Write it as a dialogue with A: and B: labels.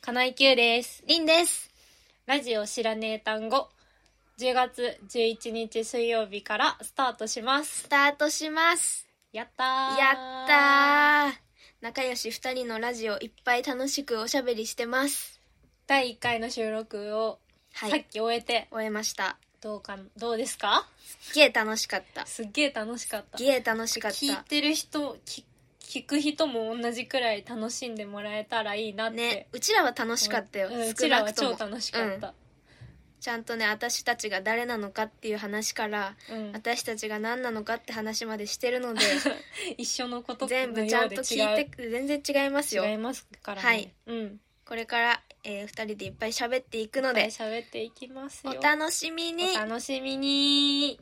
A: 金井うです。
B: りんです。
A: ラジオ知らねえ単語。10月11日水曜日からスタートします
B: ス。タートします。
A: やった
B: や
A: ー。
B: ったー。仲良し二人のラジオいっぱい楽しくおしゃべりしてます。
A: 第1回の収録を
B: は
A: さっ
B: い。
A: き終えて、
B: 終えました。
A: どうか、どうですか
B: すっげえ楽しかった。す
A: すっげえ楽しかった。
B: っげえ楽しかっ
A: 聞い
B: た。
A: てる人、き聞く人も同じくらい楽しんでもらえたらいいなって。
B: ね、うちらは楽しかったよ。
A: うんう
B: 少
A: ちら
B: なく
A: は
B: と
A: 超
B: も。
A: 楽しかっ
B: うん
A: た。
B: ちゃんとね、私たちが誰なのかっていう話から、
A: うん
B: 私たちが何なのかって話までしてるの で、
A: 一緒のことのよ
B: 全
A: う
B: 部
A: で
B: ちゃんと
A: 違う
B: 聞いて、全然違いますよ。
A: 違いますからね。
B: はい
A: うん。
B: これから、えー、二人でいっぱい喋っていくの
A: で
B: で、
A: 喋っていきます
B: お
A: よ。
B: 楽しみに
A: お楽しみに。